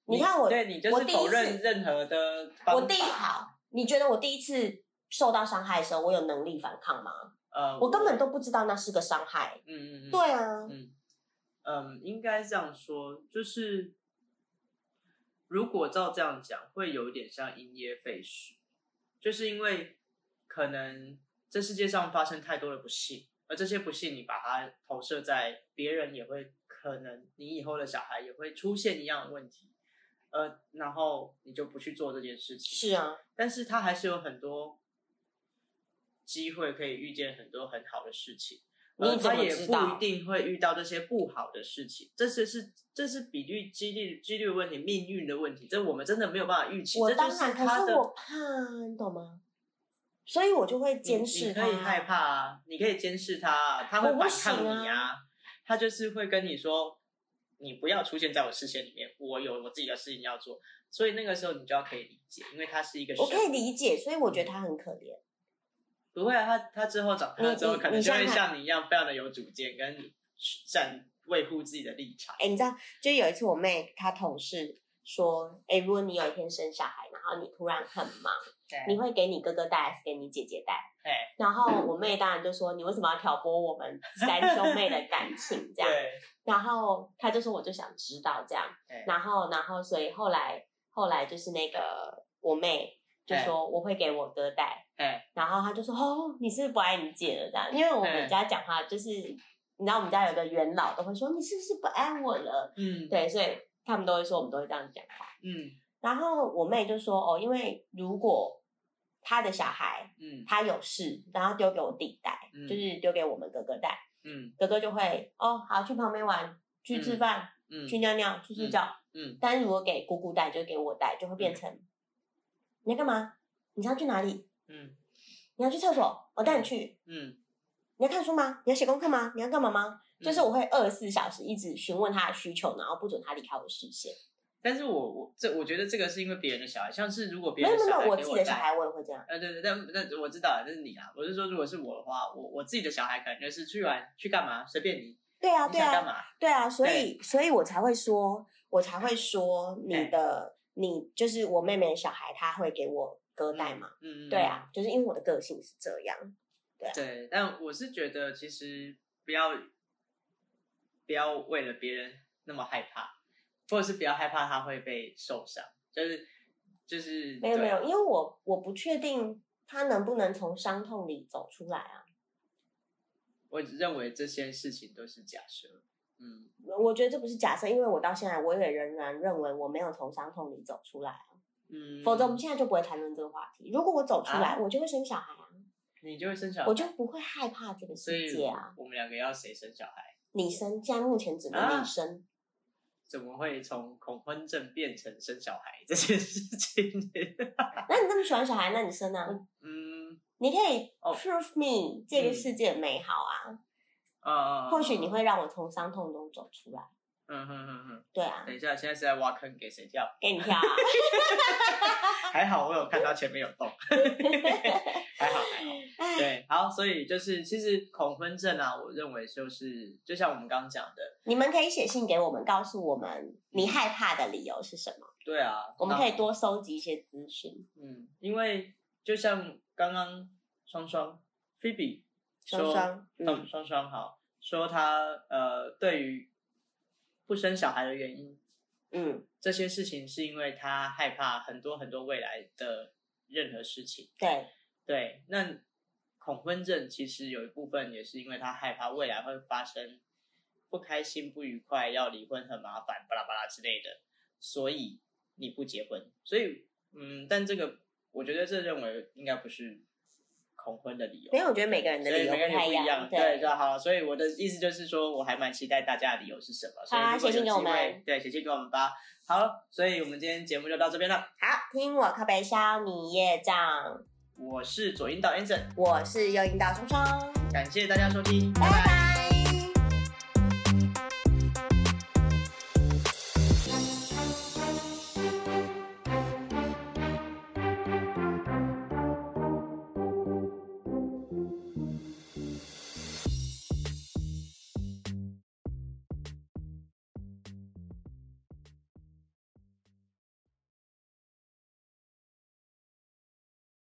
[SPEAKER 2] 你看我，
[SPEAKER 1] 对你就
[SPEAKER 2] 我
[SPEAKER 1] 是
[SPEAKER 2] 第
[SPEAKER 1] 否
[SPEAKER 2] 一
[SPEAKER 1] 认
[SPEAKER 2] 次
[SPEAKER 1] 任何的
[SPEAKER 2] 我
[SPEAKER 1] 方
[SPEAKER 2] 第一
[SPEAKER 1] 法，
[SPEAKER 2] 好，你觉得我第一次受到伤害的时候，我有能力反抗吗？
[SPEAKER 1] 呃，
[SPEAKER 2] 我根本都不知道那是个伤害。
[SPEAKER 1] 嗯嗯嗯，
[SPEAKER 2] 对啊，
[SPEAKER 1] 嗯，嗯，应该这样说，就是如果照这样讲，会有一点像因噎废食，就是因为可能这世界上发生太多的不幸，而这些不幸你把它投射在别人也会可能你以后的小孩也会出现一样的问题，呃，然后你就不去做这件事情，
[SPEAKER 2] 是啊，
[SPEAKER 1] 但是他还是有很多机会可以遇见很多很好的事情。
[SPEAKER 2] 你
[SPEAKER 1] 呃
[SPEAKER 2] 怎
[SPEAKER 1] 他
[SPEAKER 2] 么
[SPEAKER 1] 也
[SPEAKER 2] 知
[SPEAKER 1] 不
[SPEAKER 2] 道
[SPEAKER 1] 一定会遇到这些不好的事情，这是是这是比率几率几率的问题，命运的问题，这我们真的没有办法预期。
[SPEAKER 2] 我
[SPEAKER 1] 这就
[SPEAKER 2] 当
[SPEAKER 1] 是
[SPEAKER 2] 然，可
[SPEAKER 1] 他
[SPEAKER 2] 是
[SPEAKER 1] 的
[SPEAKER 2] 我怕啊，你懂吗？所以我就会
[SPEAKER 1] 你
[SPEAKER 2] 监视
[SPEAKER 1] 你
[SPEAKER 2] 他。
[SPEAKER 1] 可以害怕啊，你可以监视他啊，他会
[SPEAKER 2] 我不
[SPEAKER 1] 反抗
[SPEAKER 2] 行
[SPEAKER 1] 你啊，他就是会跟你说，你不要出现在我视线里面，我有我自己的事情要做。所以那个时候你就要可以理解，因为他是一个嗯
[SPEAKER 2] 我可以
[SPEAKER 1] 生
[SPEAKER 2] 理解，所以我觉得他很可怜。
[SPEAKER 1] 不会啊，他他之后长大
[SPEAKER 2] 你
[SPEAKER 1] 之后，
[SPEAKER 2] 你
[SPEAKER 1] 可能
[SPEAKER 2] 你
[SPEAKER 1] 就
[SPEAKER 2] 像
[SPEAKER 1] 会
[SPEAKER 2] 他
[SPEAKER 1] 像你一样，非常的有主见，跟站维护自己的立场。
[SPEAKER 2] 哎、你知道，就有一次我妹她同事说，哎、如果你有一天生小孩，然后你突然很忙，你会给你哥哥带还是给你姐姐带？
[SPEAKER 1] 哎，
[SPEAKER 2] 然后我妹当然就说：“你为什么要挑拨我们三兄妹的感情？”这样，
[SPEAKER 1] 对，
[SPEAKER 2] 然后她就说：“我就想知道这样。
[SPEAKER 1] 对”
[SPEAKER 2] 然后，然后，所以后来，后来就是那个我妹就说：“我会给我哥带。
[SPEAKER 1] 哎，”
[SPEAKER 2] 然后她就说：“哦，你是不是不爱你姐了？”这样，因为我们
[SPEAKER 1] 嗯
[SPEAKER 2] 家讲话就是，你知道我们家有个元老都会说：“你是不是不爱我了
[SPEAKER 1] 嗯，？”
[SPEAKER 2] 对，所以他们都会说，我们都会这样讲话。
[SPEAKER 1] 嗯
[SPEAKER 2] 然后我妹就说：“哦，因为如果她的小孩
[SPEAKER 1] 嗯
[SPEAKER 2] 他有事，然后丢给我弟带，
[SPEAKER 1] 嗯
[SPEAKER 2] 就是丢给我们哥哥带，
[SPEAKER 1] 嗯
[SPEAKER 2] 哥哥就会哦，好去旁边玩，去吃饭，
[SPEAKER 1] 嗯
[SPEAKER 2] 去尿尿，去睡觉。
[SPEAKER 1] 嗯
[SPEAKER 2] 但是如果给姑姑带，就给我带，就会变成、你要干嘛？你要去哪里？
[SPEAKER 1] 嗯
[SPEAKER 2] 你要去厕所，我带你去。
[SPEAKER 1] 嗯，
[SPEAKER 2] 你要看书吗？你要写功课吗？你要干嘛吗？就是
[SPEAKER 1] 嗯
[SPEAKER 2] 我会二十四小时一直询问他的需求，然后不准他离开我的视线。
[SPEAKER 1] 但是我我这我觉得这个是因为别人的小孩，像是如果别
[SPEAKER 2] 没有
[SPEAKER 1] 人
[SPEAKER 2] 没
[SPEAKER 1] 小
[SPEAKER 2] 有，没
[SPEAKER 1] 孩
[SPEAKER 2] 有我
[SPEAKER 1] 给
[SPEAKER 2] 自己的小
[SPEAKER 1] 带
[SPEAKER 2] 孩我也会这样。
[SPEAKER 1] 呃，对对，但但我知道，这是你啊。我是说，如果是我的话，我我自己的小孩可能就是去玩去干嘛，随便你，
[SPEAKER 2] 对啊，
[SPEAKER 1] 你
[SPEAKER 2] 对
[SPEAKER 1] 想
[SPEAKER 2] 啊
[SPEAKER 1] 干，嘛？
[SPEAKER 2] 对啊，所以所以我才会说，我才会说你的你就是我妹妹的小孩，她会给我哥带嘛？
[SPEAKER 1] 嗯，嗯嗯
[SPEAKER 2] 对，啊，就是因为我的个性是这样。
[SPEAKER 1] 对，但我是觉得其实不要不要为了别人那么害怕，或者是不要害怕他会被受伤，就是就是
[SPEAKER 2] 没有没
[SPEAKER 1] 对啊
[SPEAKER 2] 有，因为我我不确定她能不能从伤痛里走出来啊。
[SPEAKER 1] 我认为这些事情都是假设，嗯，
[SPEAKER 2] 我觉得这不是假设，因为我到现在我也仍然认为我没有从伤痛里走出来啊，
[SPEAKER 1] 嗯
[SPEAKER 2] 否则我们现在就不会谈论这个话题。如果我走出来，
[SPEAKER 1] 啊
[SPEAKER 2] 我就会生小孩啊，
[SPEAKER 1] 你就会生小孩，
[SPEAKER 2] 我就不会害怕这个
[SPEAKER 1] 所以
[SPEAKER 2] 世界啊。
[SPEAKER 1] 我们两个要谁生小孩？
[SPEAKER 2] 你生，现在目前只能
[SPEAKER 1] 啊
[SPEAKER 2] 你生，
[SPEAKER 1] 怎么会从恐婚症变成生小孩这件事情？啊
[SPEAKER 2] 那你那么喜欢小孩，那你生啊。
[SPEAKER 1] [LAUGHS] 嗯
[SPEAKER 2] 你可以
[SPEAKER 1] 哦
[SPEAKER 2] prove me 这个
[SPEAKER 1] 嗯
[SPEAKER 2] 世界美好啊，
[SPEAKER 1] 啊，
[SPEAKER 2] 或许你会让我从伤痛中走出来。
[SPEAKER 1] 嗯哼哼哼，
[SPEAKER 2] 对啊
[SPEAKER 1] 等，一下，现在是在挖坑给谁跳？ [LAUGHS]
[SPEAKER 2] 给你跳、啊。
[SPEAKER 1] 还好我有看到前面有洞， [LAUGHS] 还
[SPEAKER 2] [LAUGHS]
[SPEAKER 1] 好还好。
[SPEAKER 2] 哎，
[SPEAKER 1] 对，好，所以就是其实恐婚症啊，我认为就是就像我们刚刚讲的，
[SPEAKER 2] 你们可以写信给我们，告诉我们你害怕的理由是什么，
[SPEAKER 1] 对啊，
[SPEAKER 2] 我们可以
[SPEAKER 1] 那
[SPEAKER 2] 多收集一些资讯。
[SPEAKER 1] 嗯，因为就像刚刚双双 Phoebe 说
[SPEAKER 2] 双双，
[SPEAKER 1] 嗯
[SPEAKER 2] 嗯，
[SPEAKER 1] 双双好说他呃对于不生小孩的原因
[SPEAKER 2] 嗯，
[SPEAKER 1] 这些事情，是因为他害怕很多很多未来的任何事情。
[SPEAKER 2] 对，
[SPEAKER 1] 对，那恐婚症其实有一部分也是因为他害怕未来会发生不开心、不愉快、要离婚很麻烦、巴拉巴拉之类的，所以你不结婚。所以，嗯，但这个我觉得这认为应该不是恐婚的理由
[SPEAKER 2] 因。为我觉得每个人的
[SPEAKER 1] 所
[SPEAKER 2] 理
[SPEAKER 1] 以
[SPEAKER 2] 由
[SPEAKER 1] 每个人也
[SPEAKER 2] 太
[SPEAKER 1] 不一样，对，
[SPEAKER 2] 对
[SPEAKER 1] 就好了。所以我的意思就是说，我还蛮期待大家的理由是什么。所以
[SPEAKER 2] 好啊
[SPEAKER 1] 如果
[SPEAKER 2] 写信
[SPEAKER 1] 有
[SPEAKER 2] 给我
[SPEAKER 1] 机会
[SPEAKER 2] 们
[SPEAKER 1] 对，写信给我们吧。好，所以我们今天节目就到这边了。
[SPEAKER 2] 好，听我靠北消你业障，
[SPEAKER 1] 我是左音导 Anson，
[SPEAKER 2] 我是右引导冲冲，
[SPEAKER 1] 感谢大家收听，
[SPEAKER 2] 拜
[SPEAKER 1] 拜拜
[SPEAKER 2] 拜。